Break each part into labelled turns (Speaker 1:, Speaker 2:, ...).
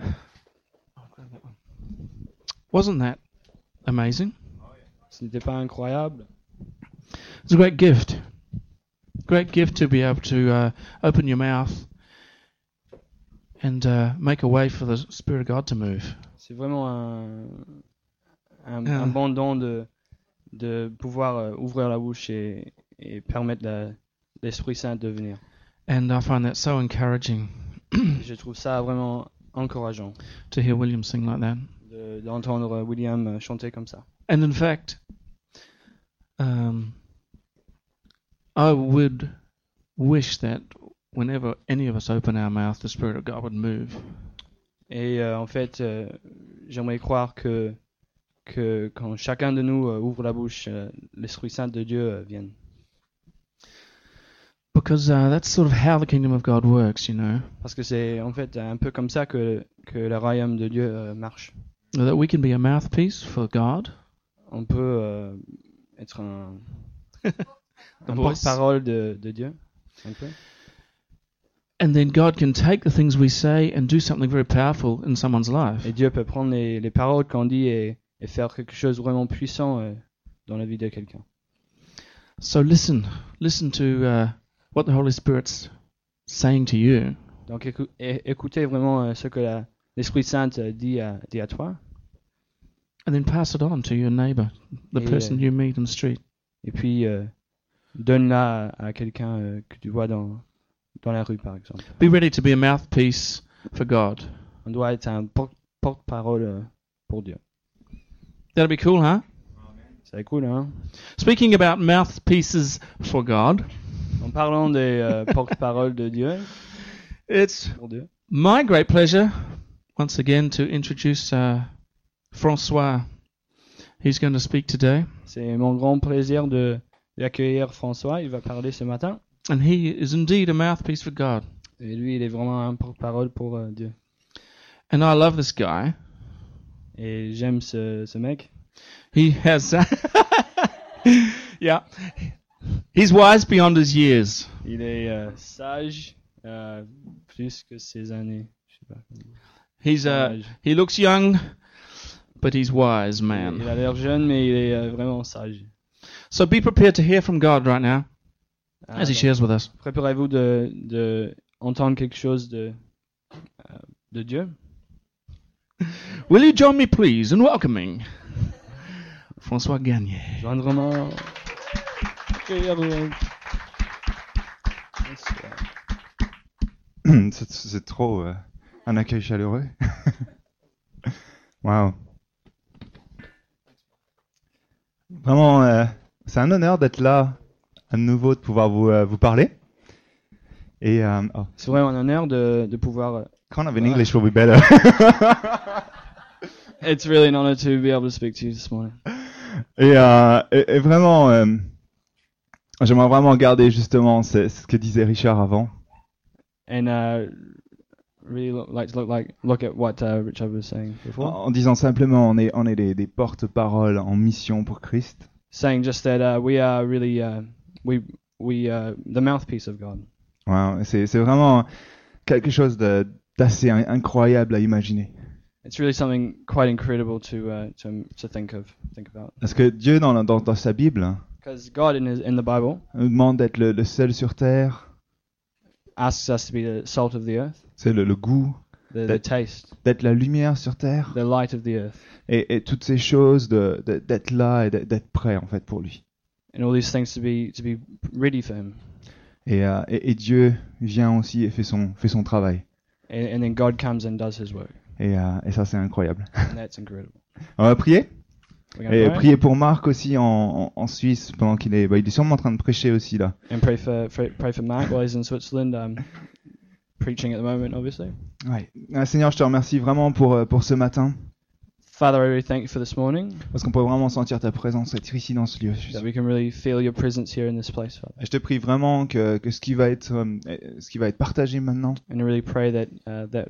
Speaker 1: Oh, Wasn't that amazing?
Speaker 2: Ce n'était pas incroyable.
Speaker 1: It's a great gift. Great gift to be able to uh, open your mouth and uh, make a way for the Spirit of God to move.
Speaker 2: C'est vraiment un, un,
Speaker 1: Ah.
Speaker 2: un bon don de, de pouvoir euh, ouvrir la bouche et, et permettre la- l'Esprit Saint de venir.
Speaker 1: And I find that so encouraging
Speaker 2: Je trouve ça vraiment encourageant
Speaker 1: to hear William sing like that.
Speaker 2: de- d'entendre William euh, chanter comme ça.
Speaker 1: And in fact, um, I would wish that whenever any of us open our mouth, the Spirit of God would move.
Speaker 2: Et euh, en fait, euh, j'aimerais croire que, que quand chacun de nous euh, ouvre la bouche, euh, l'Esprit Saint de Dieu euh, vienne.
Speaker 1: Because uh, that's sort of how the kingdom of God works, you know,
Speaker 2: Parce que c'est en fait un peu comme ça que, que le royaume de Dieu euh, marche.
Speaker 1: that we can be a mouthpiece for God.
Speaker 2: On peut euh, être un, un
Speaker 1: voice.
Speaker 2: porte-parole de, de Dieu, un peu.
Speaker 1: And then God can take the things we say and do something very powerful in someone's life.
Speaker 2: Et Dieu peut prendre les, les paroles qu'on dit et, et faire quelque chose de vraiment puissant euh, dans la vie de quelqu'un.
Speaker 1: So listen, listen to uh, what the Holy Spirit's saying to you,
Speaker 2: Donc écou- é- écoutez vraiment euh, ce que la- l'Esprit Saint euh, dit à, dit à toi.
Speaker 1: and then pass it on to your neighbor, the
Speaker 2: Yeah.
Speaker 1: person you meet in the street.
Speaker 2: et puis euh, donne-la à à quelqu'un euh, que tu vois dans, dans la rue, par exemple.
Speaker 1: Be ready to be a mouthpiece for God.
Speaker 2: On doit être un por- porte-parole euh, pour Dieu.
Speaker 1: That'd be cool, huh?
Speaker 2: C'est cool, hein
Speaker 1: Speaking about mouthpieces for God,
Speaker 2: En parlant des euh, porte-paroles de Dieu,
Speaker 1: it's
Speaker 2: pour Dieu,
Speaker 1: my great pleasure once again to introduce uh, Francois. He's going to speak today,
Speaker 2: c'est mon grand plaisir de d'accueillir François. Il va parler ce matin.
Speaker 1: and he is indeed a mouthpiece for God.
Speaker 2: Et lui, il est vraiment un porte-parole pour euh, Dieu.
Speaker 1: And I love this guy.
Speaker 2: Et j'aime ce, ce mec.
Speaker 1: He has, yeah, he's wise beyond his years.
Speaker 2: Il est euh, sage, euh, plus que ses années. Je sais pas.
Speaker 1: He's uh,
Speaker 2: Sage.
Speaker 1: he looks young, but he's wise
Speaker 2: Il
Speaker 1: man.
Speaker 2: a l'air jeune, mais il est euh, vraiment sage.
Speaker 1: So be prepared to hear from God right now as he
Speaker 2: Alors,
Speaker 1: shares with us.
Speaker 2: Ah, Préparez-vous de, de entendre quelque chose de, euh, de Dieu.
Speaker 1: Will you join me, please, in welcoming Francois Gagné?
Speaker 2: Joindrement.
Speaker 3: C'est- C'est trop euh, un accueil chaleureux. Waouh. Vraiment, euh, c'est un honneur d'être là à nouveau, de pouvoir vous, euh, vous parler. Et euh, oh,
Speaker 2: C'est vraiment un honneur de, de pouvoir. euh,
Speaker 3: kind of in English will be better.
Speaker 2: It's really an honor to be able to speak to you this morning.
Speaker 3: Et, euh, et- et vraiment, euh, j'aimerais vraiment garder justement c'est- c'est ce que disait Richard avant.
Speaker 2: And uh, really lo- like to look like look at what uh, Richard was saying
Speaker 3: En,
Speaker 2: before,
Speaker 3: en disant simplement, on est, on est des, des porte-paroles en mission pour Christ.
Speaker 2: saying just that uh, we are really uh, we we uh, the mouthpiece of God.
Speaker 3: Wow, c'est c'est vraiment quelque chose de- d'assez in- incroyable à imaginer.
Speaker 2: It's really something quite incredible to uh, to to think of think about
Speaker 3: Parce que Dieu, dans, dans, dans sa Bible, hein,
Speaker 2: because God in his in the Bible
Speaker 3: nous demande d'être le, le sel sur terre,
Speaker 2: asks us to be the salt of the earth,
Speaker 3: c'est le, le goût,
Speaker 2: the, the
Speaker 3: That-
Speaker 2: taste,
Speaker 3: d'être la lumière sur terre,
Speaker 2: the light of the earth,
Speaker 3: et, et toutes ces choses, de- de- d'être là et d'être- d'être prêt en fait pour lui.
Speaker 2: and all these things to be to be ready for Him.
Speaker 3: Et, euh, et, et Dieu vient aussi et fait son, fait son travail.
Speaker 2: And, and then God comes and does His work,
Speaker 3: Et, euh, et ça, c'est incroyable.
Speaker 2: and that's incredible.
Speaker 3: On va prier
Speaker 2: We're
Speaker 3: Et
Speaker 2: gonna pray
Speaker 3: prier pour Marc aussi en, en, en Suisse, pendant qu'il est, bah, il est sûrement en train de prêcher aussi là.
Speaker 2: and pray for, for pray for Mark while he's in Switzerland, um, preaching at the moment, obviously.
Speaker 3: Ouais. Ah, Seigneur, je te remercie vraiment pour, euh, pour ce matin.
Speaker 2: Father, I really thank you for this morning
Speaker 3: Parce qu'on peut vraiment sentir ta présence, être ici dans ce lieu. Jésus.
Speaker 2: that we can really feel your presence here in this place, Father,
Speaker 3: Je te prie vraiment que, que ce, qui va être, euh, euh, ce qui va être partagé maintenant
Speaker 2: and I really pray that uh, that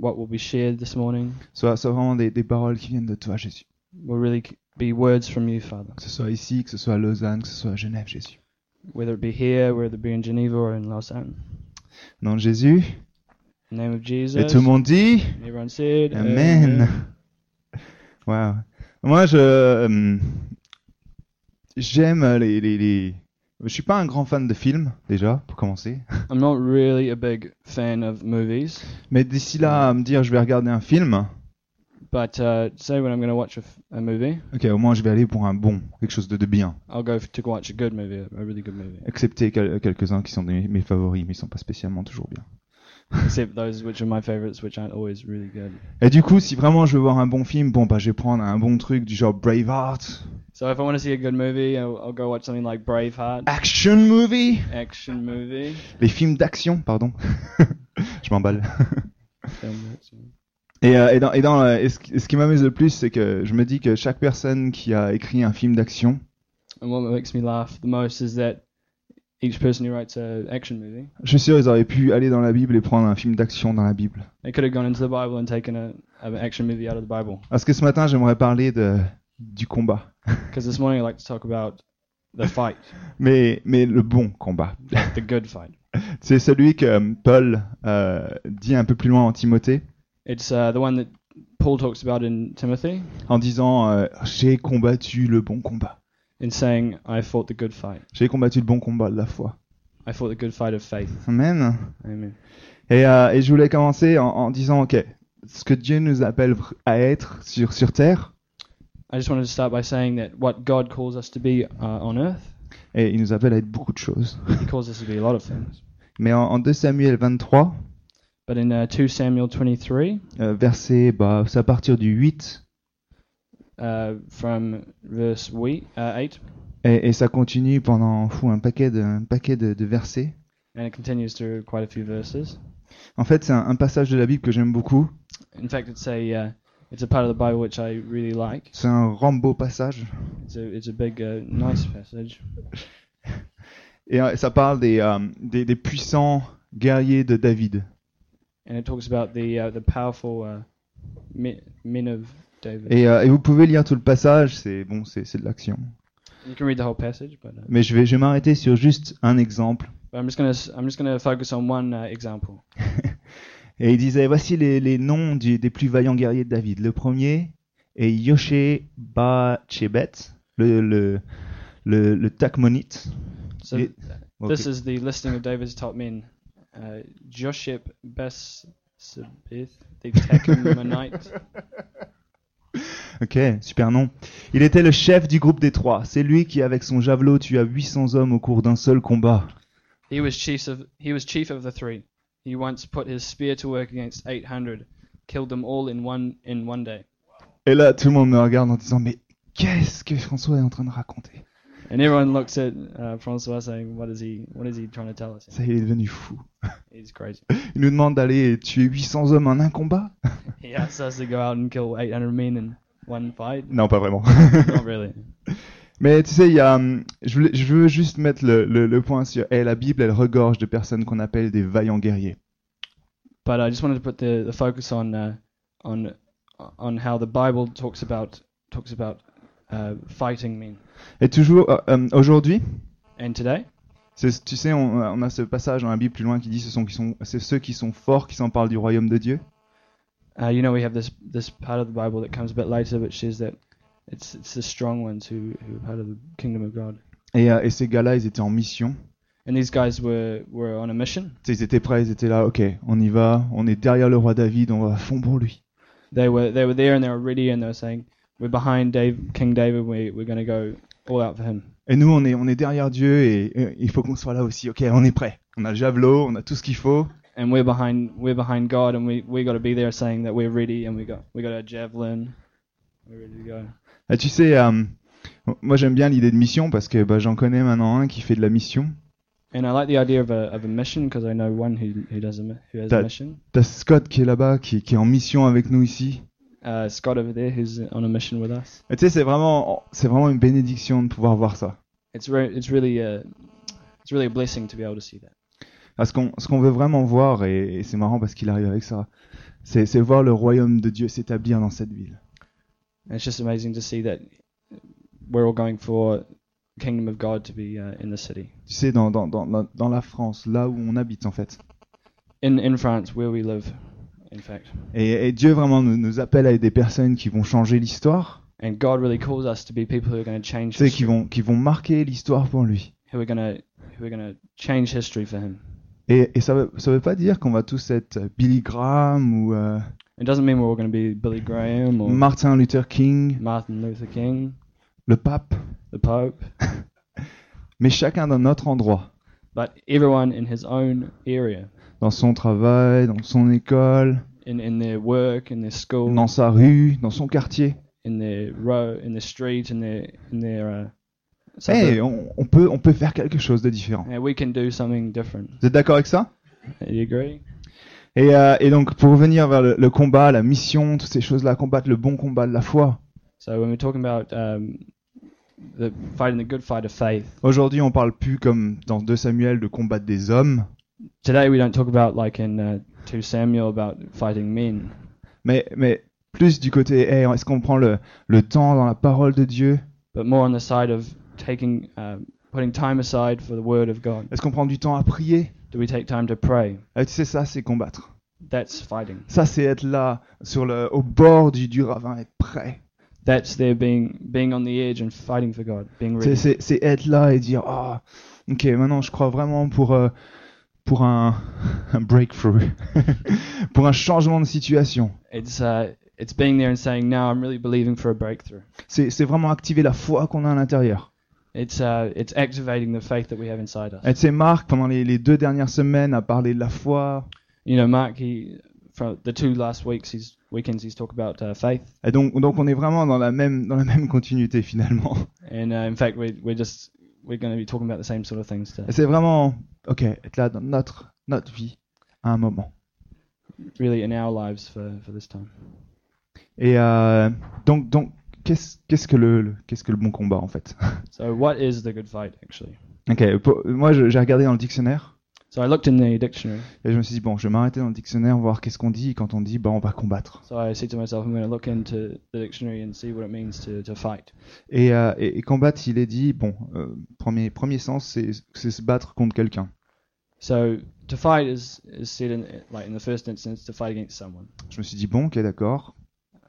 Speaker 2: what will be shared this morning
Speaker 3: soit, soit vraiment des, des paroles qui viennent de toi, Jésus.
Speaker 2: will really c- be words from you, Father,
Speaker 3: Que ce soit ici, que ce soit à Lausanne, que ce soit à Genève, Jésus.
Speaker 2: whether it be here, whether it be in Geneva or in Lausanne.
Speaker 3: Au Nom de Jésus.
Speaker 2: In the name of Jesus.
Speaker 3: Et tout le monde dit
Speaker 2: Everyone said,
Speaker 3: Amen. Ouais, ouais. Moi, je euh, j'aime les, les, les- Je suis pas un grand fan de films déjà pour commencer,
Speaker 2: I'm not really a big fan of movies,
Speaker 3: mais d'ici là à me dire je vais regarder un film,
Speaker 2: but uh, say when I'm going to watch a, f- a movie,
Speaker 3: ok, au moins je vais aller pour un bon, quelque chose de, de bien,
Speaker 2: I'll go f- to go watch a good movie, a- a really good movie.
Speaker 3: excepté quel- quelques-uns qui sont des- mes favoris, mais ils sont pas spécialement toujours bien.
Speaker 2: Except those which are my favorites, which aren't always really good.
Speaker 3: Et du coup, si vraiment je veux voir un bon film, bon bah je vais prendre un bon truc du genre Braveheart,
Speaker 2: So if I want to see a good movie, I'll, I'll go watch something like Braveheart,
Speaker 3: action movie,
Speaker 2: action movie.
Speaker 3: les films d'action, pardon, je m'emballe.
Speaker 2: Film, so-
Speaker 3: Et, euh, et dans, et dans, euh, et ce qui, ce qui m'amuse le plus, c'est que je me dis que chaque personne qui a écrit un film d'action,
Speaker 2: And what makes me laugh the most is that each person who writes an action movie,
Speaker 3: je suis sûr ils auraient pu aller dans la Bible et prendre un film d'action dans la Bible.
Speaker 2: they could have gone into the Bible and taken a, an action movie out of the Bible.
Speaker 3: Parce que ce matin, j'aimerais parler de, du combat,
Speaker 2: Because this morning I like to talk about the fight,
Speaker 3: mais, mais le bon combat.
Speaker 2: like the good fight.
Speaker 3: C'est celui que euh, Paul euh, dit un peu plus loin en Timothée,
Speaker 2: It's uh, the one that Paul talks about in Timothy,
Speaker 3: en disant euh, J'ai combattu le bon combat.
Speaker 2: in saying, I fought the good fight.
Speaker 3: J'ai combattu le bon combat de la foi.
Speaker 2: I fought the good fight of faith.
Speaker 3: Amen.
Speaker 2: Amen.
Speaker 3: Et, euh, et je voulais commencer en, en disant Ok, ce que Dieu nous appelle vr- à être sur, sur terre,
Speaker 2: I just wanted to start by saying that what God calls us to be uh, on earth,
Speaker 3: Et il nous appelle à être beaucoup de choses.
Speaker 2: He calls us to be a lot of things.
Speaker 3: Mais en, en 2 Samuel 23,
Speaker 2: But in uh, 2 Samuel 23,
Speaker 3: euh, verset, bah, c'est à partir du 8,
Speaker 2: uh, from verse we, uh, 8,
Speaker 3: et, et ça continue pendant fou, un paquet, de, un paquet de, de versets.
Speaker 2: and it continues through quite a few verses.
Speaker 3: En fait, c'est un, un passage de la Bible que j'aime beaucoup.
Speaker 2: In fact, it's a uh, it's a part of the Bible which I really like.
Speaker 3: C'est un Rambo passage.
Speaker 2: It's a it's a big uh, nice passage.
Speaker 3: Et euh, ça parle des, euh, des, des puissants guerriers de David.
Speaker 2: and it talks about the uh, the powerful uh, men, men of David.
Speaker 3: Et, euh, et vous pouvez lire tout le passage, c'est bon, c'est c'est de l'action.
Speaker 2: You can read the whole passage, but, uh,
Speaker 3: Mais je vais, je vais m'arrêter sur juste un exemple.
Speaker 2: but I'm just gonna s- I'm just gonna focus on one uh, example.
Speaker 3: Et il disait, voici les, les noms du- des plus vaillants guerriers de David. Le premier est Yoshé Bachebet, le, le, le, le Tachmonite.
Speaker 2: So
Speaker 3: Ye- Ok.
Speaker 2: this is the listing of David's top men: uh, Josheb, Bas, Sabith, the Techamonite.
Speaker 3: Ok, super nom. Il était le chef du groupe des trois. C'est lui qui, avec son javelot, tua 800 hommes au cours d'un seul combat.
Speaker 2: he was chief of he was chief of the three. He once put his spear to work against 800, killed them all in one in one day.
Speaker 3: Et là, tout le monde me regarde en disant, mais qu'est-ce que François est en train de raconter
Speaker 2: And everyone looks at uh, Francois saying, "What is he? What is he trying to tell us?
Speaker 3: Ça, il est devenu fou.
Speaker 2: He's crazy."
Speaker 3: Il nous demande d'aller tuer 800 hommes en un combat
Speaker 2: He asks us to go out and kill 800 men in one fight.
Speaker 3: Non, pas vraiment.
Speaker 2: Not really.
Speaker 3: Mais tu sais, il y a, hum, je, voulais- je veux juste mettre le, le- le point sur. eh, la Bible, elle regorge de personnes qu'on appelle des vaillants guerriers.
Speaker 2: But I just wanted to put the, the focus on uh, on on how the Bible talks about talks about uh, fighting men.
Speaker 3: Et toujours, euh, hum, aujourd'hui,
Speaker 2: And today,
Speaker 3: c'est- tu sais, on, on a ce passage dans la Bible plus loin qui dit ce sont, qui sont, c'est ceux qui sont forts qui s'emparent du royaume de Dieu.
Speaker 2: uh, you know, we have this this part of the Bible that comes a bit later, which says that it's it's the strong ones who who are part of the kingdom of God.
Speaker 3: Et, euh, et ces gars-là, ils étaient en mission.
Speaker 2: And these guys were were on a mission.
Speaker 3: Tu sais, ils étaient prêts, ils étaient là, ok, on y va, on est derrière le roi David, on va à fond pour lui.
Speaker 2: They were they were there and they were ready and they were saying, "We're behind Dave, King David. We we're going to go all out for him."
Speaker 3: Et nous, on est, on est derrière Dieu et, et il faut qu'on soit là aussi, ok, on est prêt. On a le javelot, on a tout ce qu'il faut.
Speaker 2: and we're behind we're behind God, and we we got to be there saying that we're ready, and we got we got our javelin, we're ready to go.
Speaker 3: Ah, tu sais, euh, moi j'aime bien l'idée de mission parce que bah, j'en connais maintenant un qui fait de la mission.
Speaker 2: And I like the idea of a of a mission because I know one who who does a mi- who has
Speaker 3: That-
Speaker 2: a mission.
Speaker 3: T'as Scott qui est là-bas, qui, qui est en mission avec nous ici.
Speaker 2: Uh, Scott over there who's on a mission with us.
Speaker 3: Et tu sais, c'est vraiment, c'est vraiment une bénédiction de pouvoir voir ça.
Speaker 2: It's re- it's really uh it's really a blessing to be able to see that.
Speaker 3: Parce qu'on, ce qu'on veut vraiment voir, et, et c'est marrant parce qu'il arrive avec ça, c'est, c'est voir le royaume de Dieu s'établir dans cette ville.
Speaker 2: And it's just amazing to see that we're all going for kingdom of God to be uh, in the city
Speaker 3: Tu sais, dans, dans, dans, dans la France, là où on habite en fait.
Speaker 2: in in France where we live in fact.
Speaker 3: Et, et Dieu vraiment nous, nous appelle à des personnes qui vont changer l'histoire,
Speaker 2: And God really calls us to be people who are going to change,
Speaker 3: tu sais, qui vont, qui vont marquer l'histoire pour lui.
Speaker 2: who are going to who are going to change history for Him.
Speaker 3: Et, et ça veut, ça veut pas dire qu'on va tous être Billy Graham ou euh,
Speaker 2: It doesn't mean we're all going to be Billy Graham or
Speaker 3: Martin Luther King,
Speaker 2: Martin Luther King,
Speaker 3: le pape,
Speaker 2: the Pope,
Speaker 3: mais chacun dans notre endroit,
Speaker 2: but everyone in his own area,
Speaker 3: dans son travail, dans son école,
Speaker 2: in in their work, in their school,
Speaker 3: dans sa rue, dans son quartier.
Speaker 2: in their row, in their street, in their in their. Uh, suburb.
Speaker 3: Hey, Eh, on, on peut, on peut faire quelque chose de différent.
Speaker 2: Yeah, we can do something different.
Speaker 3: Vous êtes d'accord avec ça
Speaker 2: Do you agree?
Speaker 3: et, euh, et donc, pour revenir vers le, le combat, la mission, toutes ces choses-là, combattre le bon combat de la foi.
Speaker 2: So when we're talking about um, the fighting the good fight of faith,
Speaker 3: Aujourd'hui, on parle plus comme dans 2 Samuel de combattre des hommes,
Speaker 2: today we don't talk about like in uh, 2 Samuel about fighting men,
Speaker 3: mais, mais plus du côté, hey, est-ce qu'on prend le, le temps dans la parole de Dieu
Speaker 2: but more on the side of taking um, putting time aside for the word of God.
Speaker 3: Est-ce qu'on prend du temps à prier
Speaker 2: Do we take time to pray?
Speaker 3: Eh, Tu sais, ça, c'est combattre.
Speaker 2: That's fighting.
Speaker 3: Ça, c'est être là, sur le, au bord du, du ravin, être prêt.
Speaker 2: That's there being being on the edge and fighting for God, being
Speaker 3: C'est-
Speaker 2: ready.
Speaker 3: C'est c'est être là et dire, ah, ok, maintenant, je crois vraiment pour, euh, pour un, un breakthrough, pour un changement de situation.
Speaker 2: It's uh, it's being there and saying, "No, I'm really believing for a breakthrough."
Speaker 3: C'est c'est vraiment activer la foi qu'on a à l'intérieur.
Speaker 2: It's uh, it's activating the faith that we have inside us.
Speaker 3: Et tu sais, Marc, pendant les, les deux dernières semaines, a parlé de la foi.
Speaker 2: you know, Mark, he from the two last weeks, he's weekends, he's talked about uh, faith,
Speaker 3: Et donc, donc on est vraiment dans la même, dans la même continuité finalement.
Speaker 2: and uh, in fact, we're we're just we're going to be talking about the same sort of things
Speaker 3: Et
Speaker 2: today.
Speaker 3: c'est vraiment, ok, être là dans notre, notre vie à un moment.
Speaker 2: Really, in our lives for for this time.
Speaker 3: Et euh, donc, donc qu'est-ce qu'est-ce que le, le- qu'est-ce que le bon combat en fait
Speaker 2: So, what is the good fight actually?
Speaker 3: Ok, pour- moi je- j'ai regardé dans le dictionnaire
Speaker 2: So, I looked in the dictionary.
Speaker 3: et je me suis dit, bon, je vais m'arrêter dans le dictionnaire, voir qu'est-ce qu'on dit quand on dit, bah on va combattre.
Speaker 2: So, I said to myself, I'm going to look into the dictionary and see what it means to to fight.
Speaker 3: Et, euh, et, et combattre, il est dit, bon, euh, premier, premier sens, c'est c'est se battre contre quelqu'un.
Speaker 2: So, to fight is is said in like in the first instance to fight against someone.
Speaker 3: Je me suis dit, bon, ok, d'accord,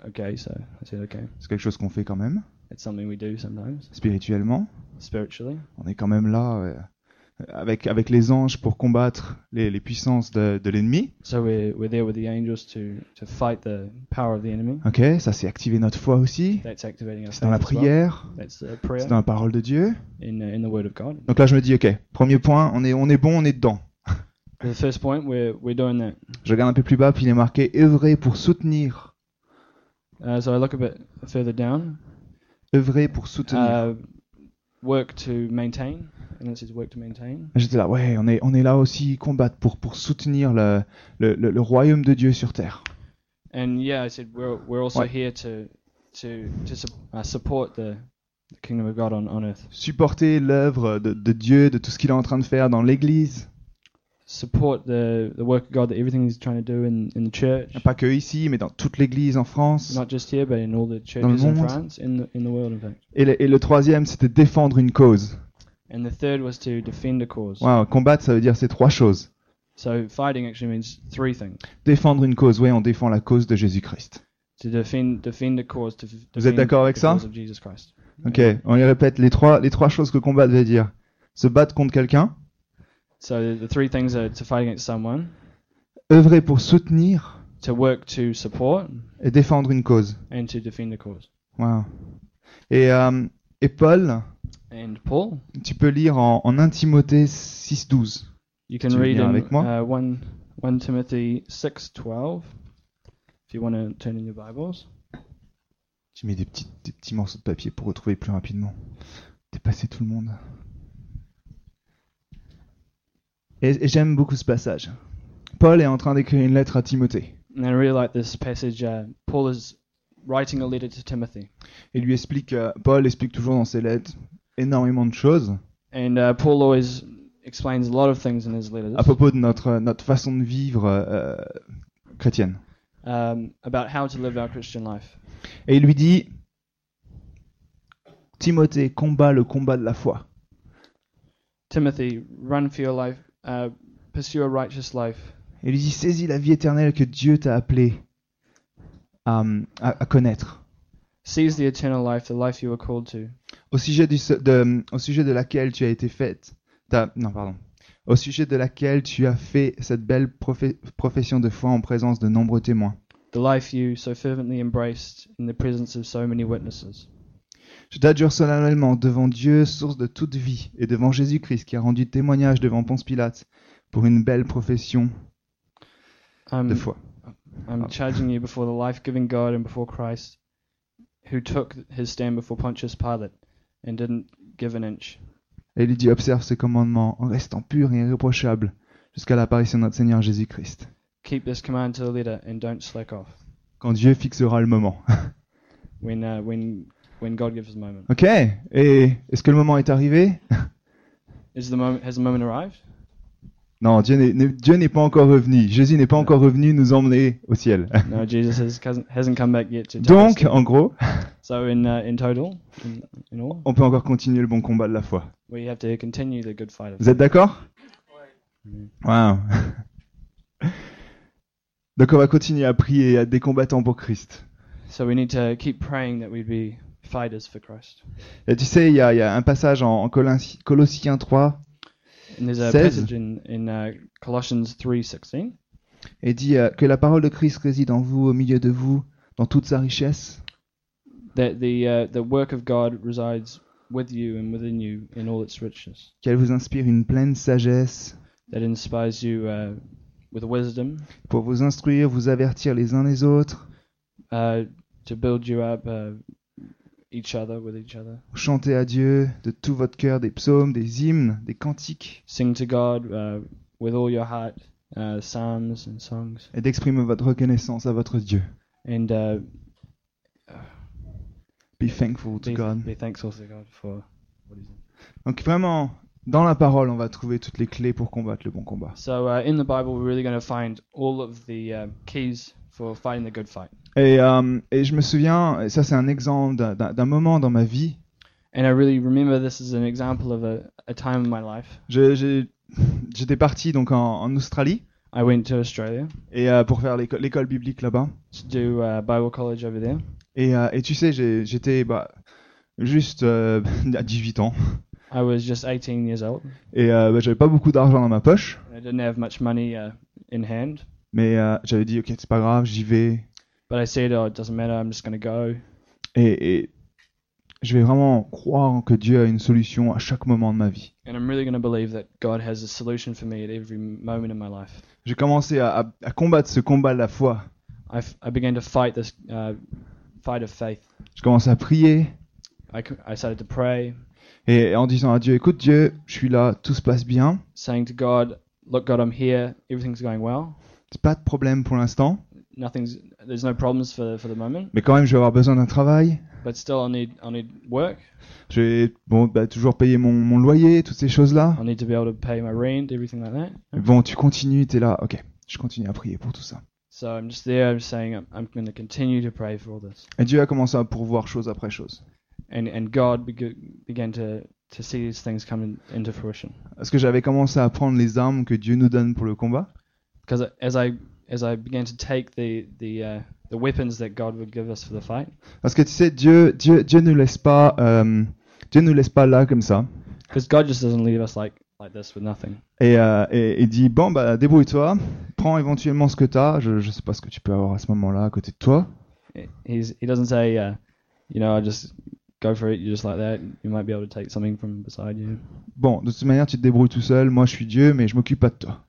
Speaker 2: Okay, so I said, okay,
Speaker 3: c'est quelque chose qu'on fait quand même,
Speaker 2: it's something we do sometimes
Speaker 3: spirituellement.
Speaker 2: spiritually.
Speaker 3: On est quand même là euh, avec, avec les anges pour combattre les, les puissances de, de l'ennemi.
Speaker 2: So we're, we're there with the angels to, to fight the power of the enemy.
Speaker 3: Ok, ça c'est activer notre foi aussi.
Speaker 2: That's activating us.
Speaker 3: C'est dans la prière,
Speaker 2: That's uh, prayer
Speaker 3: c'est dans la parole de Dieu.
Speaker 2: in, uh, in the Word of God.
Speaker 3: Donc là je me dis, ok, premier point, on est, on est bon, on est dedans.
Speaker 2: The first point, we're, we're doing that.
Speaker 3: Je regarde un peu plus bas, puis il est marqué œuvrer pour soutenir.
Speaker 2: Uh, so I look a bit further down.
Speaker 3: œuvrer pour
Speaker 2: Uh,
Speaker 3: soutenir.
Speaker 2: work to maintain. And it says work to maintain.
Speaker 3: J'étais là, ouais, on est, on est là aussi, combattre pour, pour soutenir le, le, le- le royaume de Dieu sur terre.
Speaker 2: And yeah, I said we're, we're also
Speaker 3: What?
Speaker 2: here to to, to su- uh, support the, the kingdom of God on, on earth.
Speaker 3: Supporter l'œuvre de, de Dieu, de tout ce qu'il est en train de faire dans l'Église.
Speaker 2: Support the, the work of God that everything he's trying to do in, in the church.
Speaker 3: Pas que ici, mais dans toute l'Église en France.
Speaker 2: Not just here, but in all the
Speaker 3: le
Speaker 2: churches in
Speaker 3: monde.
Speaker 2: France, in the, in the world, in fact.
Speaker 3: Et le, et le troisième, c'était défendre une cause.
Speaker 2: And the third was to defend a cause.
Speaker 3: Ouais, combattre, ça veut dire ces trois choses.
Speaker 2: So fighting actually means three things:
Speaker 3: Défendre une cause, ouais, on défend la cause de Jésus-Christ.
Speaker 2: to defend, defend a cause, to f- defend
Speaker 3: Vous êtes d'accord avec
Speaker 2: the
Speaker 3: ça
Speaker 2: cause of Jesus Christ.
Speaker 3: Ok, on les répète, les trois, les trois choses que combattre veut dire. Se battre contre quelqu'un,
Speaker 2: So the three things are to fight against someone,
Speaker 3: œuvrer pour soutenir
Speaker 2: to work to support,
Speaker 3: et défendre une cause.
Speaker 2: and to defend a cause.
Speaker 3: Wow. Et, euh, et Paul,
Speaker 2: And Paul,
Speaker 3: tu peux lire en, en 1 Timothée 6.12.
Speaker 2: you can
Speaker 3: Tu veux
Speaker 2: read
Speaker 3: lire
Speaker 2: in
Speaker 3: avec moi?
Speaker 2: uh, one one Timothy six twelve, if you want to turn in your Bibles.
Speaker 3: Tu mets des petits, des petits morceaux de papier pour retrouver plus rapidement. Dépasser tout le monde. Et, et j'aime beaucoup ce passage. Paul est en train d'écrire une lettre à Timothée.
Speaker 2: And I really like this passage. Uh, Paul is writing a letter to Timothy,
Speaker 3: Il lui explique, euh, Paul explique toujours dans ses lettres énormément de choses
Speaker 2: and uh, Paul always explains a lot of things in his letters.
Speaker 3: à propos de notre, euh, notre façon de vivre euh, chrétienne.
Speaker 2: um, about how to live our Christian life.
Speaker 3: Et il lui dit, Timothée, combat le combat de la foi.
Speaker 2: Timothy, run for your life, uh, pursue a righteous life.
Speaker 3: et lui dit Saisis la vie éternelle que Dieu t'a appelé à, à- à connaître.
Speaker 2: Seize the eternal life, the life you were called to,
Speaker 3: Au sujet, du, se- de, au sujet de laquelle tu as été faite. t'as- Non, pardon. Au sujet de laquelle tu as fait cette belle profé- profession de foi en présence de nombreux témoins.
Speaker 2: the life you so fervently embraced in the presence of so many witnesses.
Speaker 3: Je t'adjure solennellement devant Dieu, source de toute vie, et devant Jésus-Christ qui a rendu témoignage devant Ponce Pilate pour une belle profession
Speaker 2: I'm,
Speaker 3: de
Speaker 2: Mm.
Speaker 3: foi.
Speaker 2: I'm charging you before the life giving God and before Christ, who took his stand before Pontius Pilate and didn't give an inch.
Speaker 3: Et il lui dit Observe ce commandement en restant pur et irréprochable jusqu'à l'apparition de notre Seigneur Jésus-Christ,
Speaker 2: Keep this command to the letter and don't slack off
Speaker 3: quand Dieu fixera le moment.
Speaker 2: when, uh, when, when God gives his moment.
Speaker 3: Ok Et est-ce que le moment est arrivé
Speaker 2: Is the moment, has the moment arrived?
Speaker 3: Non, Dieu n'est- n'est Dieu n'est pas encore revenu. Jésus n'est pas encore revenu nous emmener au ciel.
Speaker 2: No, Jesus has, hasn't- hasn't come back yet to tell us.
Speaker 3: Donc, en gros,
Speaker 2: So in, uh, in total, in, in all,
Speaker 3: on peut encore continuer le bon combat de la foi.
Speaker 2: we have to continue the good fight of
Speaker 3: Vous êtes d'accord Wow. Donc on va continuer à prier et à être des combattants pour Christ.
Speaker 2: So we need to keep praying that we'd be fighters for Christ.
Speaker 3: Et tu sais, il y, a il y a un passage en, en Colin- Colossiens 3
Speaker 2: And there's a
Speaker 3: Says-
Speaker 2: passage in, in uh, Colossians 3.16.
Speaker 3: et dit euh, que la parole de Christ réside en vous, au milieu de vous, dans toute sa richesse.
Speaker 2: that the uh, the work of God resides with you and within you in all its richness.
Speaker 3: Qu'elle vous inspire une pleine sagesse
Speaker 2: That inspires you uh, with wisdom
Speaker 3: pour vous instruire, vous avertir les uns les autres,
Speaker 2: uh, to build you up, uh, each other with each other.
Speaker 3: chanter à Dieu de tout votre cœur des psaumes, des hymnes, des cantiques,
Speaker 2: Sing to God uh, with all your heart uh, psalms and songs,
Speaker 3: et d'exprimer votre reconnaissance à votre Dieu.
Speaker 2: and uh,
Speaker 3: Be thankful to
Speaker 2: be,
Speaker 3: God.
Speaker 2: be thankful to God for. what he's done.
Speaker 3: Donc vraiment, dans la parole, on va trouver toutes les clés pour combattre le bon combat.
Speaker 2: So uh, in the Bible, we're really going to find all of the uh, keys for fighting the good fight.
Speaker 3: Et, euh, et je me souviens, et ça c'est un exemple d'un- d'un d'un moment dans ma vie.
Speaker 2: And I really remember this is an example of a, a time in my life.
Speaker 3: Je- je- J'étais parti donc en, en Australie
Speaker 2: I went to Australia.
Speaker 3: et euh, pour faire l'éco- l'école biblique là-bas.
Speaker 2: to do uh, Bible college over there.
Speaker 3: Et, euh, et tu sais, j'ai- j'étais bah, juste euh, à 18 ans
Speaker 2: I was just 18 years old.
Speaker 3: et euh, bah, j'avais pas beaucoup d'argent dans ma poche,
Speaker 2: I didn't have much money uh, in hand,
Speaker 3: mais euh, j'avais dit ok c'est pas grave, j'y vais
Speaker 2: but I said, "Oh, it doesn't matter. I'm just going to go."
Speaker 3: et, et je vais vraiment croire que Dieu a une solution à chaque moment de ma vie.
Speaker 2: And I'm really going to believe that God has a solution for me at every moment in my life.
Speaker 3: J'ai commencé à, à- à combattre ce combat de la foi.
Speaker 2: I, f- I began to fight this uh, fight of faith.
Speaker 3: Je commençais à prier
Speaker 2: I, c- I started to pray,
Speaker 3: et en disant à Dieu, écoute Dieu, je suis là, tout se passe bien,
Speaker 2: saying to God, "Look, God, I'm here. Everything's going well.
Speaker 3: c'est pas de problème pour l'instant,
Speaker 2: Nothing's there's no problems for for the moment,
Speaker 3: mais quand même je vais avoir besoin d'un travail.
Speaker 2: but still I need I need work.
Speaker 3: Je vais bon, bah, toujours payer mon, mon loyer, toutes ces choses-là.
Speaker 2: I need to be able to pay my rent, everything like that."
Speaker 3: Bon, tu continues, t'es là, ok, je continue à prier pour tout ça.
Speaker 2: So I'm just there. I'm saying I'm, I'm going to continue to pray for all this.
Speaker 3: Et Dieu a commencé à pourvoir chose après chose.
Speaker 2: and and God beg- began to to see these things come in, into fruition.
Speaker 3: Parce que j'avais commencé à prendre les armes que Dieu nous donne pour le combat.
Speaker 2: Because as I as I began to take the the uh, the weapons that God would give us for the fight,
Speaker 3: Parce que tu sais, Dieu, Dieu, Dieu nous laisse pas, euh, Dieu nous laisse pas là comme ça.
Speaker 2: because God just doesn't leave us like like this with nothing.
Speaker 3: et, euh, et, et dit bon bah débrouille-toi, prends éventuellement ce que t'as, je, je sais pas ce que tu peux avoir à ce moment-là à côté de toi,
Speaker 2: He's he doesn't say, uh, you know, I just go for it. You just like that. You might be able to take something from beside you.
Speaker 3: bon de toute manière tu te débrouilles tout seul, moi je suis Dieu mais je m'occupe pas de toi.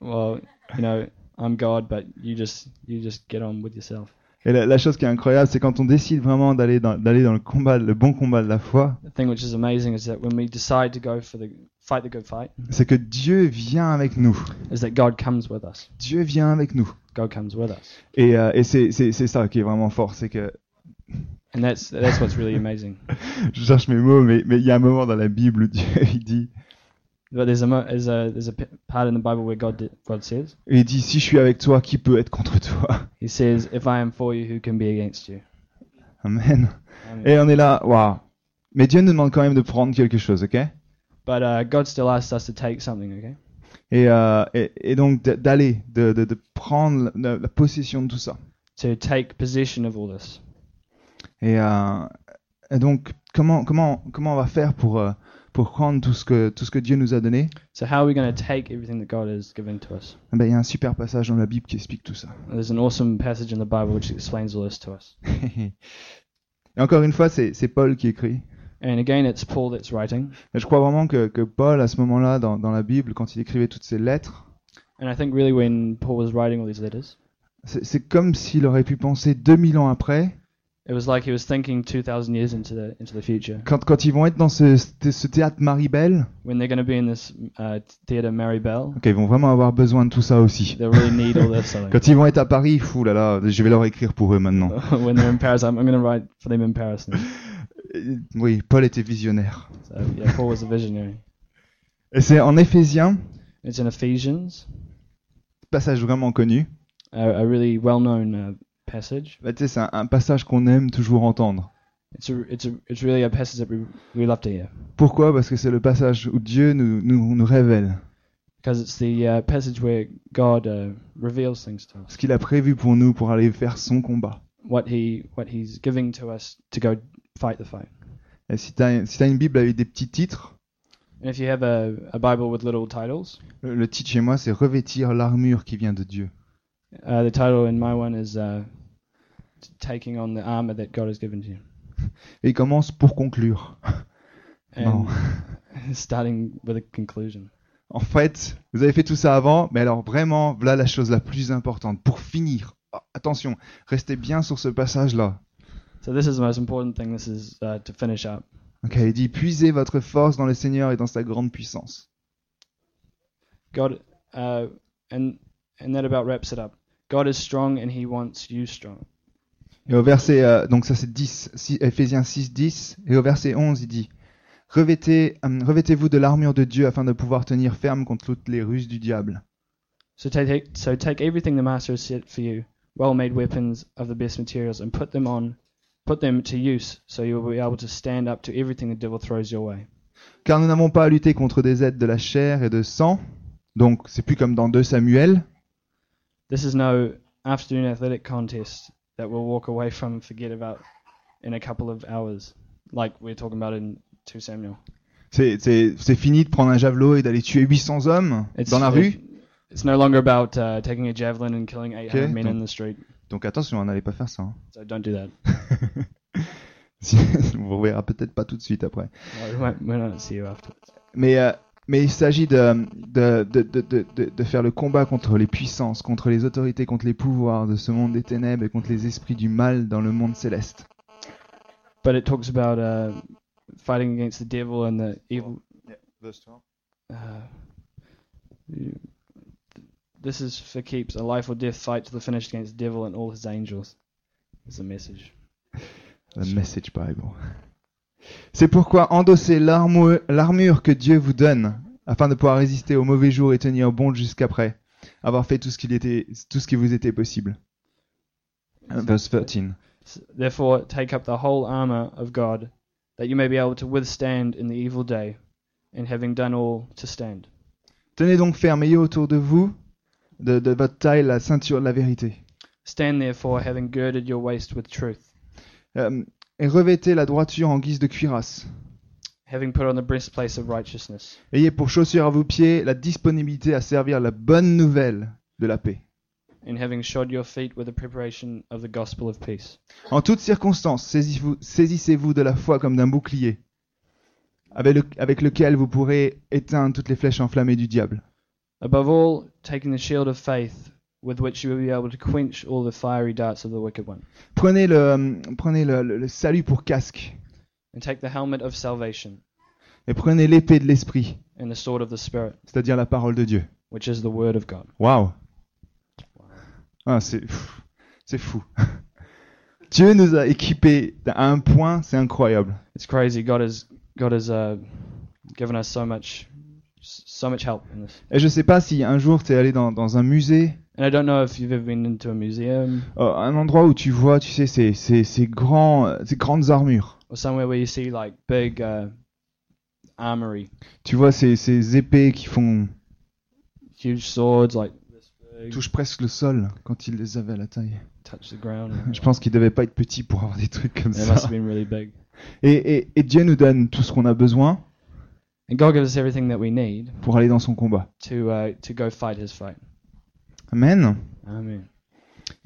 Speaker 2: Well, you know, I'm God, but you just you just get on with yourself.
Speaker 3: Et la, la chose qui est incroyable c'est quand on décide vraiment d'aller dans, d'aller dans le combat, le bon combat de la foi,
Speaker 2: The thing which is amazing is that when we decide to go for the fight the good fight,
Speaker 3: c'est que Dieu vient avec nous,
Speaker 2: is that God comes with us.
Speaker 3: Dieu vient avec nous.
Speaker 2: God comes with us.
Speaker 3: Et, euh, et c'est, c'est, c'est ça qui est vraiment fort, c'est que
Speaker 2: And that's that's what's really amazing.
Speaker 3: je cherche mes mots mais mais il y a un moment dans la Bible où Dieu il dit
Speaker 2: But there's a mo- there's a there's a p- part in the Bible where God di- God says
Speaker 3: il dit si je suis avec toi qui peut être contre toi.
Speaker 2: He says, "If I am for you, who can be against you?"
Speaker 3: Amen.
Speaker 2: Um,
Speaker 3: Et on est là, waouh. Mais Dieu nous demande quand même de prendre quelque chose, ok
Speaker 2: But uh, God still asks us to take something. Okay,
Speaker 3: et, euh, et, et donc d- d'aller, de, de, de prendre la, la possession de tout ça.
Speaker 2: to take possession of all this.
Speaker 3: Et, euh, et donc, comment, comment, comment on va faire pour, euh, pour prendre tout ce, que, tout ce que Dieu nous a donné
Speaker 2: So how are we going to take everything that God has given to us?
Speaker 3: Eh ben, Il y a un super passage dans la Bible qui explique tout ça.
Speaker 2: There's an awesome passage in the Bible which explains all this to us.
Speaker 3: et encore une fois, c'est c'est Paul qui écrit.
Speaker 2: And again, it's Paul that's writing.
Speaker 3: Et je crois vraiment que, que Paul, à ce moment-là, dans, dans la Bible, quand il écrivait toutes ses lettres,
Speaker 2: And I think really when Paul was writing all these letters,
Speaker 3: c'est c'est comme s'il aurait pu penser 2000 ans après,
Speaker 2: it was like he was thinking 2,000 years into the into the future
Speaker 3: quand, quand ils vont être dans ce, ce- ce théâtre Marie-Belle,
Speaker 2: when they're going to be in this uh, theater Mary Bell.
Speaker 3: ok, ils vont vraiment avoir besoin de tout ça aussi.
Speaker 2: They'll really need all this. I think.
Speaker 3: Quand ils vont être à Paris, fou là là, je vais leur écrire pour eux maintenant.
Speaker 2: when they're in Paris, I'm, I'm going to write for them in Paris. Now.
Speaker 3: Euh, Oui, Paul était visionnaire.
Speaker 2: So yeah, Paul was a visionary.
Speaker 3: Et c'est en Éphésiens,
Speaker 2: It's in Ephesians,
Speaker 3: passage vraiment connu.
Speaker 2: a, a really well-known uh, passage.
Speaker 3: Bah, tu sais, c'est un, un passage qu'on aime toujours entendre.
Speaker 2: It's a, it's a, it's really a passage that we we love to hear
Speaker 3: Pourquoi Parce que c'est le passage où Dieu nous, nous, nous révèle
Speaker 2: because it's the uh, passage where God uh, reveals things to us.
Speaker 3: ce qu'il a prévu pour nous pour aller faire son combat.
Speaker 2: What he what he's giving to us to go fight the fight.
Speaker 3: Et si tu as, une Bible avec des petits titres,
Speaker 2: And if you have a, a Bible with little titles,
Speaker 3: le, le titre chez moi c'est Revêtir l'armure qui vient de Dieu.
Speaker 2: uh, the title in my one is uh, t- "Taking on the Armor that God has Given to You."
Speaker 3: Et il commence pour conclure.
Speaker 2: And starting with a conclusion.
Speaker 3: En fait, vous avez fait tout ça avant, mais alors vraiment, voilà la chose la plus importante. Pour finir, oh, attention, restez bien sur ce passage-là.
Speaker 2: So this is the most important thing. This is uh, to finish up.
Speaker 3: Ok, il dit Puisez votre force dans le Seigneur et dans sa grande puissance.
Speaker 2: God, uh, and and that about wraps it up. God is strong, and He wants you strong.
Speaker 3: Et au verset, euh, donc ça c'est 10, si- Ephésiens 6, 10, et au verset 11, il dit Revêtez, hum, Revêtez-vous de l'armure de Dieu afin de pouvoir tenir ferme contre toutes les ruses du diable.
Speaker 2: So take so take everything the Master has set for you, well-made weapons of the best materials, and put them on, put them to use, so you will be able to stand up to everything the devil throws your way.
Speaker 3: Car nous n'avons pas à lutter contre des aides de la chair et de sang. Donc c'est plus comme dans 2 Samuel,
Speaker 2: This is no afternoon athletic contest that we'll walk away from and forget about in a couple of hours, like we're talking about in 2 Samuel.
Speaker 3: c'est- c'est c'est fini de prendre un javelot et d'aller tuer 800 hommes
Speaker 2: It's,
Speaker 3: dans la rue.
Speaker 2: it- it's no longer about uh, taking a javelin and killing 800
Speaker 3: Okay,
Speaker 2: men
Speaker 3: don't-
Speaker 2: in the street.
Speaker 3: Donc attention, n'allez pas faire ça. hein.
Speaker 2: So don't do that.
Speaker 3: Si- On vous verra peut-être pas tout de suite après.
Speaker 2: No, we won't- we won't see you after.
Speaker 3: Mais, euh, mais il s'agit de, de, de, de, de- de- de faire le combat contre les puissances, contre les autorités, contre les pouvoirs de ce monde des ténèbres et contre les esprits du mal dans le monde céleste.
Speaker 2: But it talks about uh, fighting against the devil and the evil. Uh, you- this is for keeps a life or death fight to the finish against the devil and all his angels. Is the message.
Speaker 3: The message Bible. C'est pourquoi endossez l'armure l'armure que Dieu vous donne afin de pouvoir résister aux mauvais jours et tenir bon jusqu'après avoir fait tout ce qu'il était tout ce qui vous était possible. Uh, Verse 13.
Speaker 2: Therefore, take up the whole armor of God, that you may be able to withstand in the evil day, and having done all, to stand.
Speaker 3: Tenez donc ferme, ayez autour de vous de, de votre taille la ceinture de la vérité.
Speaker 2: Stand therefore, having girded your waist with truth,
Speaker 3: Euh, et revêtez la droiture en guise de cuirasse.
Speaker 2: having put on the breastplate of righteousness,
Speaker 3: Ayez pour chaussure à vos pieds la disponibilité à servir la bonne nouvelle de la paix.
Speaker 2: and having shod your feet with the preparation of the gospel of peace.
Speaker 3: En toutes circonstances, saisis-vous- saisissez-vous de la foi comme d'un bouclier, avec, le- avec lequel vous pourrez éteindre toutes les flèches enflammées du diable.
Speaker 2: Above all, taking the shield of faith, with which you will be able to quench all the fiery darts of the wicked one,
Speaker 3: Prenez le, euh, prenez le- le- le salut pour casque,
Speaker 2: and take the helmet of salvation,
Speaker 3: et prenez l'épée de l'esprit,
Speaker 2: and the sword of the Spirit,
Speaker 3: c'est-à-dire la parole de Dieu.
Speaker 2: which is the word of God.
Speaker 3: Waouh Ah, c'est pff, c'est fou. Dieu nous a équipés à un point, c'est incroyable.
Speaker 2: It's crazy. God has God has uh, given us so much, so much help in this.
Speaker 3: Et je sais pas si un jour t'es allé dans, dans un musée,
Speaker 2: And I don't know if you've ever been into a museum
Speaker 3: euh, un endroit où tu vois, tu sais, ces, ces, ces, grands, euh, ces grandes armures.
Speaker 2: or somewhere where you see like big uh, armory,
Speaker 3: Tu vois ces, ces épées qui font
Speaker 2: huge swords like this big,
Speaker 3: touchent presque le sol quand ils les avaient à la taille.
Speaker 2: touch the ground. and-
Speaker 3: Je pense qu'ils devaient pas être petits pour avoir des trucs comme
Speaker 2: They must
Speaker 3: ça.
Speaker 2: have been really big.
Speaker 3: Et, et- et Dieu nous donne tout ce qu'on a besoin
Speaker 2: And God gives us everything that we need
Speaker 3: pour aller dans son combat.
Speaker 2: to uh, to go fight His fight.
Speaker 3: Amen.
Speaker 2: Amen.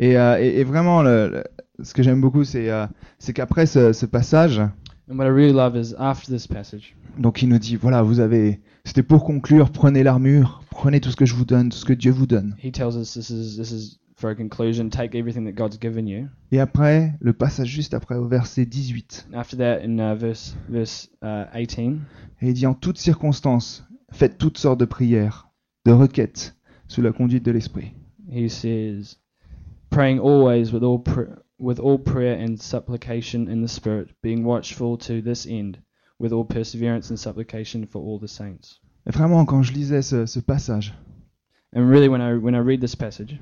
Speaker 3: Et, euh, et- et vraiment, le- le- ce que j'aime beaucoup, c'est euh, c'est qu'après ce, ce passage,
Speaker 2: And what I really love is after this passage,
Speaker 3: donc il nous dit, voilà, vous avez... C'était pour conclure, prenez l'armure, prenez tout ce que je vous donne, tout ce que Dieu vous donne.
Speaker 2: He tells us this is this is for a conclusion. Take everything that God's given you.
Speaker 3: Et après, le passage juste après au verset 18,
Speaker 2: And after that, in uh, verse verse uh, 18,
Speaker 3: et il dit, en toutes circonstances, faites toutes sortes de prières, de requêtes, sous la conduite de l'Esprit.
Speaker 2: he says, "Praying always with all pr- with all prayer and supplication in the Spirit, being watchful to this end, with all perseverance and supplication for all the saints."
Speaker 3: Et vraiment, quand je lisais ce, ce passage,
Speaker 2: And really, when I when I read this passage,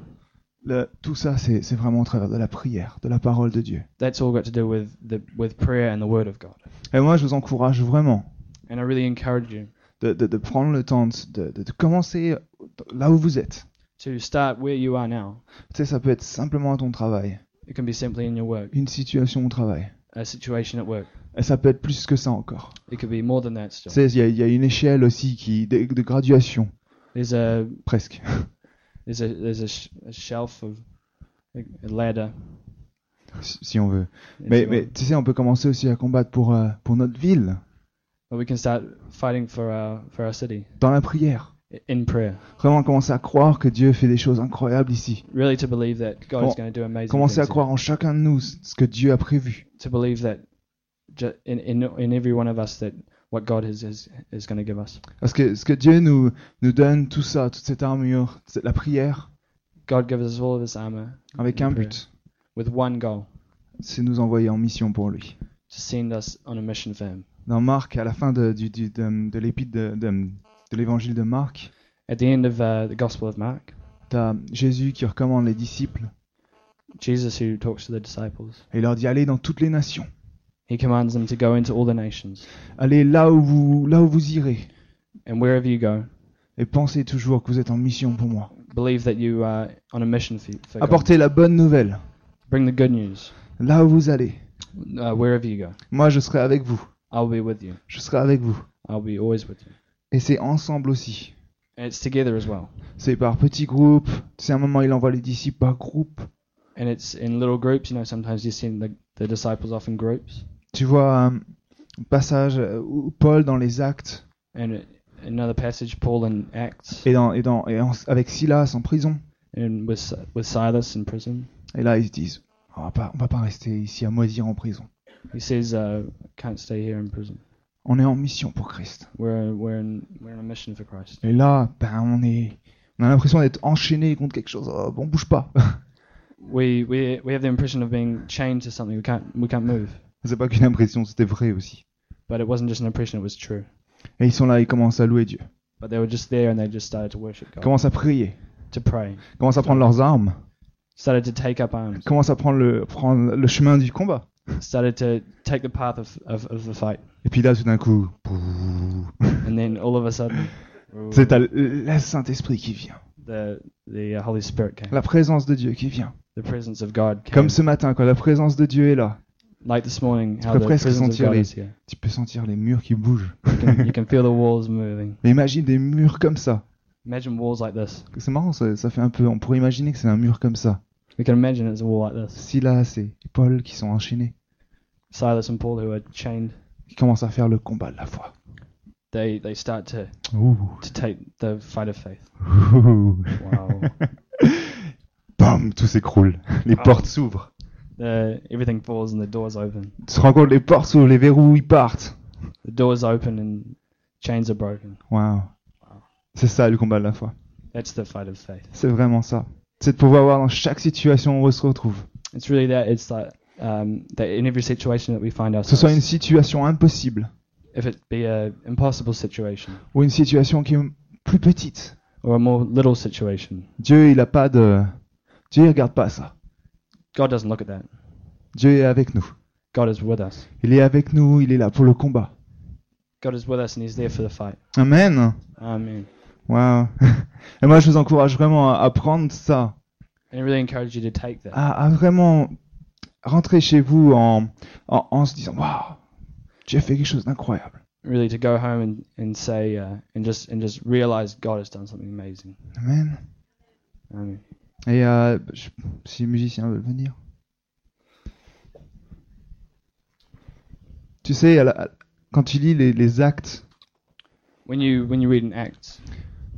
Speaker 3: le- tout ça, c'est c'est vraiment au travers de la prière, de la parole de Dieu.
Speaker 2: that's all got to do with the with prayer and the Word of God.
Speaker 3: Et moi, je vous encourage vraiment
Speaker 2: And I really encourage you
Speaker 3: de, de- de prendre le temps de, de- de commencer là où vous êtes.
Speaker 2: to start where you are now.
Speaker 3: Tu sais, ça peut être simplement à ton travail,
Speaker 2: It can be simply in your work,
Speaker 3: une situation au travail.
Speaker 2: a situation at work.
Speaker 3: Et ça peut être plus que ça encore.
Speaker 2: It could be more than that still.
Speaker 3: Tu sais, il y, a- il y a une échelle aussi qui, de, de graduation,
Speaker 2: There's a
Speaker 3: presque.
Speaker 2: there's a there's a, sh- a shelf of a ladder.
Speaker 3: si si on veut.
Speaker 2: if
Speaker 3: Mais,
Speaker 2: you
Speaker 3: mais
Speaker 2: want.
Speaker 3: tu sais, on peut commencer aussi à combattre pour, euh, pour notre ville,
Speaker 2: But we can start fighting for our for our city
Speaker 3: dans la prière.
Speaker 2: i- in prayer.
Speaker 3: Vraiment commencer à croire que Dieu fait des choses incroyables ici.
Speaker 2: Really, to believe that God
Speaker 3: Comment-
Speaker 2: is going to do amazing things.
Speaker 3: Commencer à
Speaker 2: here.
Speaker 3: croire en chacun de nous ce que Dieu a prévu.
Speaker 2: To believe that ju- in in in every one of us that what God is is is going to give us.
Speaker 3: Parce que ce que Dieu nous, nous donne, tout ça, toute cette armure, cette- la prière,
Speaker 2: God gives us all of this armor
Speaker 3: avec un but,
Speaker 2: with one goal:
Speaker 3: c'est nous envoyer en mission pour lui.
Speaker 2: to send us on a mission for Him.
Speaker 3: Dans Marc, à la fin de, du- du- de, de l'épître de, de- de l'évangile de Marc,
Speaker 2: At the end of uh, the Gospel of Mark,
Speaker 3: tu as Jésus qui recommande les disciples
Speaker 2: Jesus who talks to the disciples,
Speaker 3: et il leur dit allez dans toutes les nations,
Speaker 2: he commands them to go into all the nations
Speaker 3: allez là où vous, là où vous irez
Speaker 2: and wherever you go,
Speaker 3: et pensez toujours que vous êtes en mission pour moi.
Speaker 2: believe that you are on a mission for, for God.
Speaker 3: Apportez la bonne nouvelle
Speaker 2: Bring the good news
Speaker 3: là où vous allez.
Speaker 2: uh, wherever you go.
Speaker 3: Moi, je serai avec vous,
Speaker 2: I'll be with you.
Speaker 3: je serai avec vous.
Speaker 2: I'll be always with you.
Speaker 3: Et c'est ensemble aussi.
Speaker 2: And it's together as well.
Speaker 3: C'est par petits groupes. C'est un moment, il envoie les disciples par groupe.
Speaker 2: And it's in little groups. You know, sometimes you send the, the disciples off in groups.
Speaker 3: Tu vois un passage euh, où Paul dans les Actes
Speaker 2: And it, another passage, Paul in Acts,
Speaker 3: et, dans, et, dans, et en- avec Silas en prison.
Speaker 2: and with Si- with Silas in prison.
Speaker 3: Et là, ils se disent, on va pas, on va pas rester ici à moisir en prison.
Speaker 2: He says, uh, "Can't stay here in prison.
Speaker 3: On est en mission pour Christ.
Speaker 2: We're we're in we're on a mission for Christ."
Speaker 3: Et là, ben, on est, on a l'impression d'être enchaîné contre quelque chose. Oh, on bouge pas.
Speaker 2: We we we have the impression of being chained to something. We can't we can't move.
Speaker 3: C'est pas qu'une impression, c'était vrai aussi.
Speaker 2: But it wasn't just an impression; it was true.
Speaker 3: Et ils sont là, ils commencent à louer Dieu,
Speaker 2: But they were just there, and they just started to worship God,
Speaker 3: commencent à prier,
Speaker 2: to pray,
Speaker 3: commencent à prendre leurs armes,
Speaker 2: started to take up arms.
Speaker 3: commencent à prendre le, prendre le chemin du combat.
Speaker 2: started to take the path of, of, of the fight.
Speaker 3: Et puis là, tout d'un coup, pouh,
Speaker 2: And then all of a sudden,
Speaker 3: c'est t'as le- le Saint-Esprit qui vient,
Speaker 2: the, the uh, Holy Spirit came.
Speaker 3: la présence de Dieu qui vient.
Speaker 2: The presence of God came.
Speaker 3: Comme ce matin, quand la présence de Dieu est là,
Speaker 2: Like this morning, how
Speaker 3: peux
Speaker 2: the
Speaker 3: presque
Speaker 2: presence of
Speaker 3: sentir
Speaker 2: God
Speaker 3: les-
Speaker 2: is here.
Speaker 3: tu peux sentir les murs qui bougent.
Speaker 2: You can feel the walls moving.
Speaker 3: Mais imagine des murs comme ça.
Speaker 2: Imagine walls like this.
Speaker 3: C'est marrant, ça, ça fait un peu. On pourrait imaginer que c'est un mur comme ça.
Speaker 2: We can imagine it's a wall like this.
Speaker 3: Silas et Paul qui sont enchaînés,
Speaker 2: Silas and Paul, who are chained,
Speaker 3: qui commencent à faire le combat de la foi.
Speaker 2: they, they start to,
Speaker 3: Ouh,
Speaker 2: to take the fight of faith.
Speaker 3: ouh.
Speaker 2: Wow.
Speaker 3: Bam, tout s'écroule. Les
Speaker 2: Ah.
Speaker 3: portes s'ouvrent.
Speaker 2: the, everything falls and the doors open.
Speaker 3: Tu te rends compte, les portes s'ouvrent, les verrous ils partent.
Speaker 2: The doors open and chains are broken.
Speaker 3: Waouh. C'est ça le combat de la foi.
Speaker 2: That's the fight of faith.
Speaker 3: C'est vraiment ça. C'est de pouvoir voir dans chaque situation où on se retrouve.
Speaker 2: It's really that. It's that um, that in every situation that we find
Speaker 3: Que ce soit une
Speaker 2: ourselves,
Speaker 3: situation impossible
Speaker 2: if it be a impossible situation
Speaker 3: ou une situation qui est plus petite.
Speaker 2: or a more little situation,
Speaker 3: Dieu, il a pas de. Dieu, il regarde pas ça.
Speaker 2: God doesn't look at that.
Speaker 3: Dieu est avec nous.
Speaker 2: God is with us.
Speaker 3: Il est avec nous, il est là pour le combat.
Speaker 2: God is with us, and He's there for the fight.
Speaker 3: Amen.
Speaker 2: Amen.
Speaker 3: Wow. Et moi, je vous encourage vraiment à, à prendre ça,
Speaker 2: and I really encourage you to take that.
Speaker 3: à, à vraiment rentrer chez vous en, en, en se disant Waouh, Dieu a fait quelque chose d'incroyable.
Speaker 2: Really, to go home and, and say uh, and just and just realize God has done something amazing.
Speaker 3: Amen.
Speaker 2: Amen.
Speaker 3: Et euh, je- si les musiciens veulent venir. Tu sais, à la- quand tu lis les, les actes,
Speaker 2: When you when you read in Acts,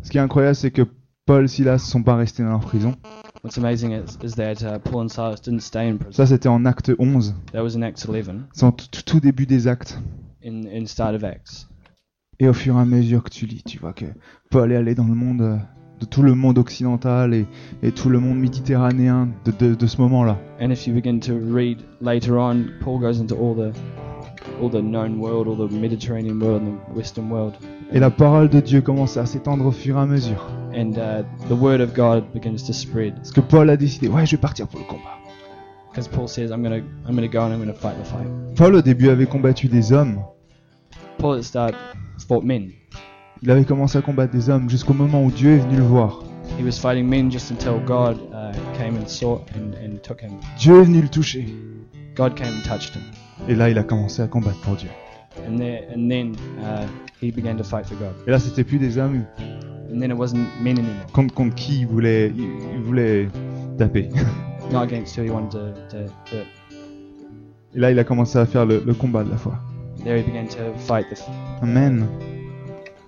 Speaker 3: ce qui est incroyable, c'est que Paul, Silas ne sont pas restés dans leur prison.
Speaker 2: what's amazing is, is that uh, Paul and Silas didn't stay in prison.
Speaker 3: Ça, c'était en acte 11.
Speaker 2: That was in Acts 11,
Speaker 3: C'est en tout, tout- tout début des actes.
Speaker 2: in in start of Acts.
Speaker 3: Et au fur et à mesure que tu lis, tu vois que Paul est allé dans le monde, euh, de tout le monde occidental et, et tout le monde méditerranéen de, de- de ce moment-là.
Speaker 2: And if you begin to read later on, Paul goes into all the all the known world, all the Mediterranean world, and the Western world,
Speaker 3: Et la parole de Dieu commence à s'étendre au fur et à mesure.
Speaker 2: and uh, the word of God begins to spread.
Speaker 3: Parce que Paul a décidé, ouais, je vais partir pour le combat.
Speaker 2: Because Paul says, "I'm gonna I'm gonna go and I'm gonna fight the fight."
Speaker 3: Paul, au début, avait combattu des hommes.
Speaker 2: Paul at the start fought men.
Speaker 3: Il avait commencé à combattre des hommes jusqu'au moment où Dieu est venu le voir.
Speaker 2: He was fighting men just until God uh, came and saw and, and took him.
Speaker 3: Dieu est venu le toucher.
Speaker 2: God came and touched him,
Speaker 3: Et là, il a commencé à combattre pour Dieu.
Speaker 2: and there and then uh, he began to fight for God.
Speaker 3: Et là, c'était plus des hommes
Speaker 2: And then it wasn't men anymore,
Speaker 3: contre, contre qui il voulait, il, il voulait taper.
Speaker 2: not against who he wanted to, to hurt.
Speaker 3: Et là, il a commencé à faire le, le combat de la foi.
Speaker 2: There he began to fight the, f-
Speaker 3: Amen.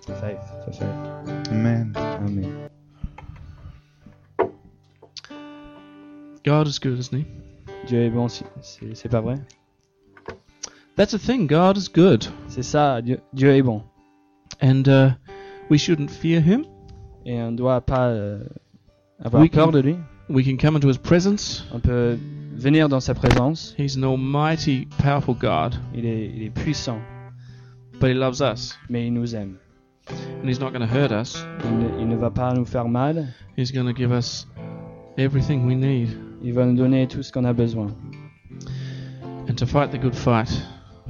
Speaker 2: the faith for faith.
Speaker 3: Amen.
Speaker 2: Amen.
Speaker 1: God is good, isn't He?
Speaker 2: Dieu est bon, c'est- c'est c'est pas vrai.
Speaker 1: That's the thing. God is good,
Speaker 2: C'est ça, Dieu, Dieu est bon.
Speaker 1: and uh, we shouldn't fear Him.
Speaker 2: Et on doit pas euh, avoir
Speaker 1: Oui,
Speaker 2: peur
Speaker 1: qui-
Speaker 2: de lui.
Speaker 1: We can come into His presence.
Speaker 2: On peut venir dans sa présence.
Speaker 1: He's an almighty, powerful God,
Speaker 2: Il est, il est puissant,
Speaker 1: but He loves us,
Speaker 2: mais il nous aime.
Speaker 1: and He's not going to hurt us.
Speaker 2: Il ne, il ne va pas nous faire mal.
Speaker 1: He's going to give us everything we need,
Speaker 2: Il va nous donner tout ce qu'on a besoin.
Speaker 1: and to fight the good fight,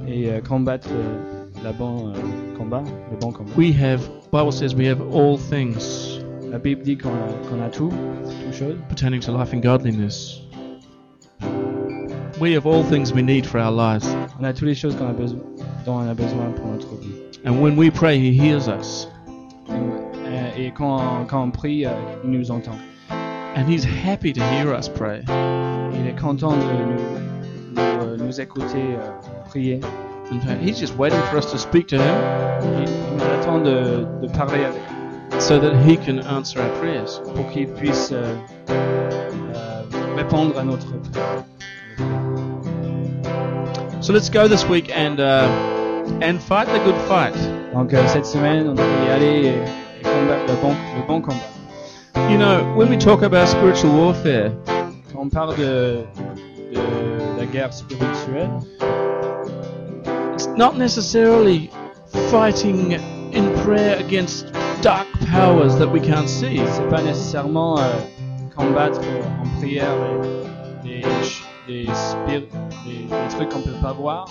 Speaker 2: Et euh, combattre euh, la bon euh, combat, le bon combat.
Speaker 1: we have. Bible says we have all things
Speaker 2: La Bible dit qu'on a, qu'on a tout, tout chose,
Speaker 1: pertaining to life and godliness. We have all things we need for our lives,
Speaker 2: on a toutes les choses qu'on a besoin, dont on a besoin pour notre vie.
Speaker 1: and when we pray, He hears us,
Speaker 2: Euh, Et quand on, quand on prie, euh, il nous entend.
Speaker 1: and He's happy to hear us pray.
Speaker 2: Il est content de nous, nous, euh, nous écouter euh, prier.
Speaker 1: In fact, He's just waiting for us to speak to Him
Speaker 2: Il, il nous attend de, de parler avec
Speaker 1: so that He can answer our prayers.
Speaker 2: nous pour qu'il puisse euh, euh, répondre à notre prière.
Speaker 1: So let's go this week and uh, and fight the good fight.
Speaker 2: Donc euh, cette semaine, on va y aller et, et combattre le bon, le bon combat.
Speaker 1: You know, when we talk about spiritual warfare,
Speaker 2: Quand on parle de, de la guerre spirituelle,
Speaker 1: it's not necessarily fighting in prayer against dark powers that we can't see.
Speaker 2: c'est pas nécessairement euh, combattre euh, en prière des, des, ch- des, spir- des, des trucs qu'on peut pas voir.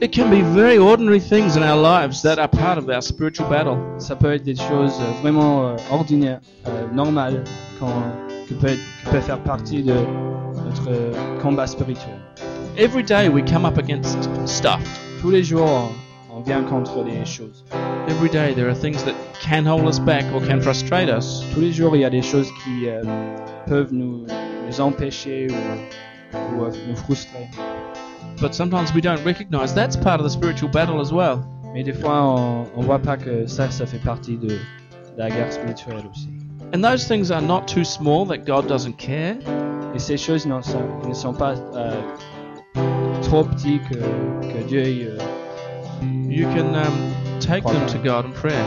Speaker 1: It can be very ordinary things in our lives that are part of our spiritual battle.
Speaker 2: Ça peut être des choses euh, vraiment euh, ordinaires, euh, normales, qu'on, qui, peut être- qui peut faire partie de notre euh, combat spirituel.
Speaker 1: Every day we come up against stuff.
Speaker 2: Tous les jours, on, on vient contre des choses.
Speaker 1: Every day there are things that can hold us back or can frustrate us.
Speaker 2: Tous les jours, il y a des choses qui euh, peuvent nous, nous empêcher ou, ou, euh, nous frustrer.
Speaker 1: But sometimes we don't recognize that's part of the spiritual battle as well.
Speaker 2: Mais des fois, on, on voit pas que ça, ça fait partie de, de la guerre spirituelle aussi.
Speaker 1: And those things are not too small that God doesn't care.
Speaker 2: Et ces choses n'en sont- ne sont pas euh, trop petites que, que Dieu. euh,
Speaker 1: You can um, take them to God in prayer.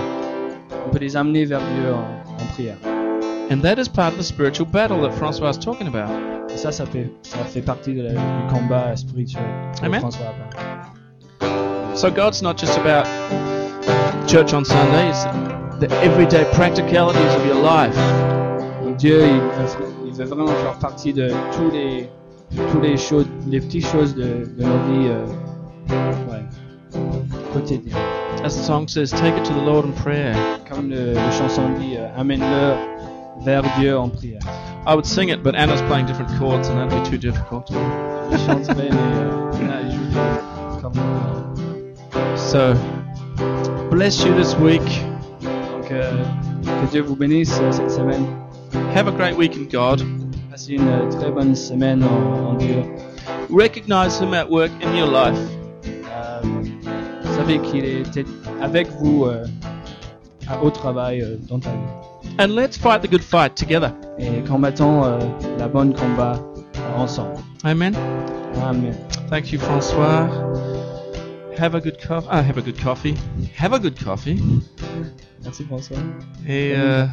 Speaker 2: on peut les amener vers Dieu en, en prière.
Speaker 1: And that is part of the spiritual battle that Francois is talking about.
Speaker 2: Et ça, ça fait, ça fait partie de la- du combat spirituel. que
Speaker 1: Amen.
Speaker 2: François a parlé.
Speaker 1: So God's not just about church on Sunday, it's the everyday practicalities of your life.
Speaker 2: Donc Dieu, il veut, il veut vraiment faire partie de tous les, tous les choses, les petites choses de, de nos vies euh, ouais, quotidiennes.
Speaker 1: As the song says, take it to the Lord in prayer.
Speaker 2: Comme le, la chanson dit, euh, amène-le vers Dieu en prière.
Speaker 1: I would sing it, but Anna's playing different chords, and that'd be too difficult.
Speaker 2: Je chante bien, mais euh, là, il joue des- comme.
Speaker 1: So, bless you this week.
Speaker 2: Donc, euh, que Dieu vous bénisse euh, cette semaine.
Speaker 1: Have a great week in God.
Speaker 2: Passez une euh, très bonne semaine en, en Dieu.
Speaker 1: Recognize Him at work in your life.
Speaker 2: Euh, vous savez qu'il est avec vous euh, à- au travail euh, dans ta vie.
Speaker 1: And let's fight the good fight together.
Speaker 2: Et combattons euh, la bonne combat euh, ensemble.
Speaker 1: Amen.
Speaker 2: Amen.
Speaker 1: Thank you, Francois. Have a good coffee. Ah, have a good coffee. Have a good coffee.
Speaker 2: Merci François.
Speaker 1: Et euh,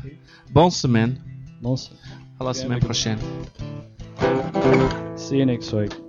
Speaker 1: bonne semaine.
Speaker 2: Bonsoir.
Speaker 1: À la semaine prochaine.
Speaker 2: See you next week.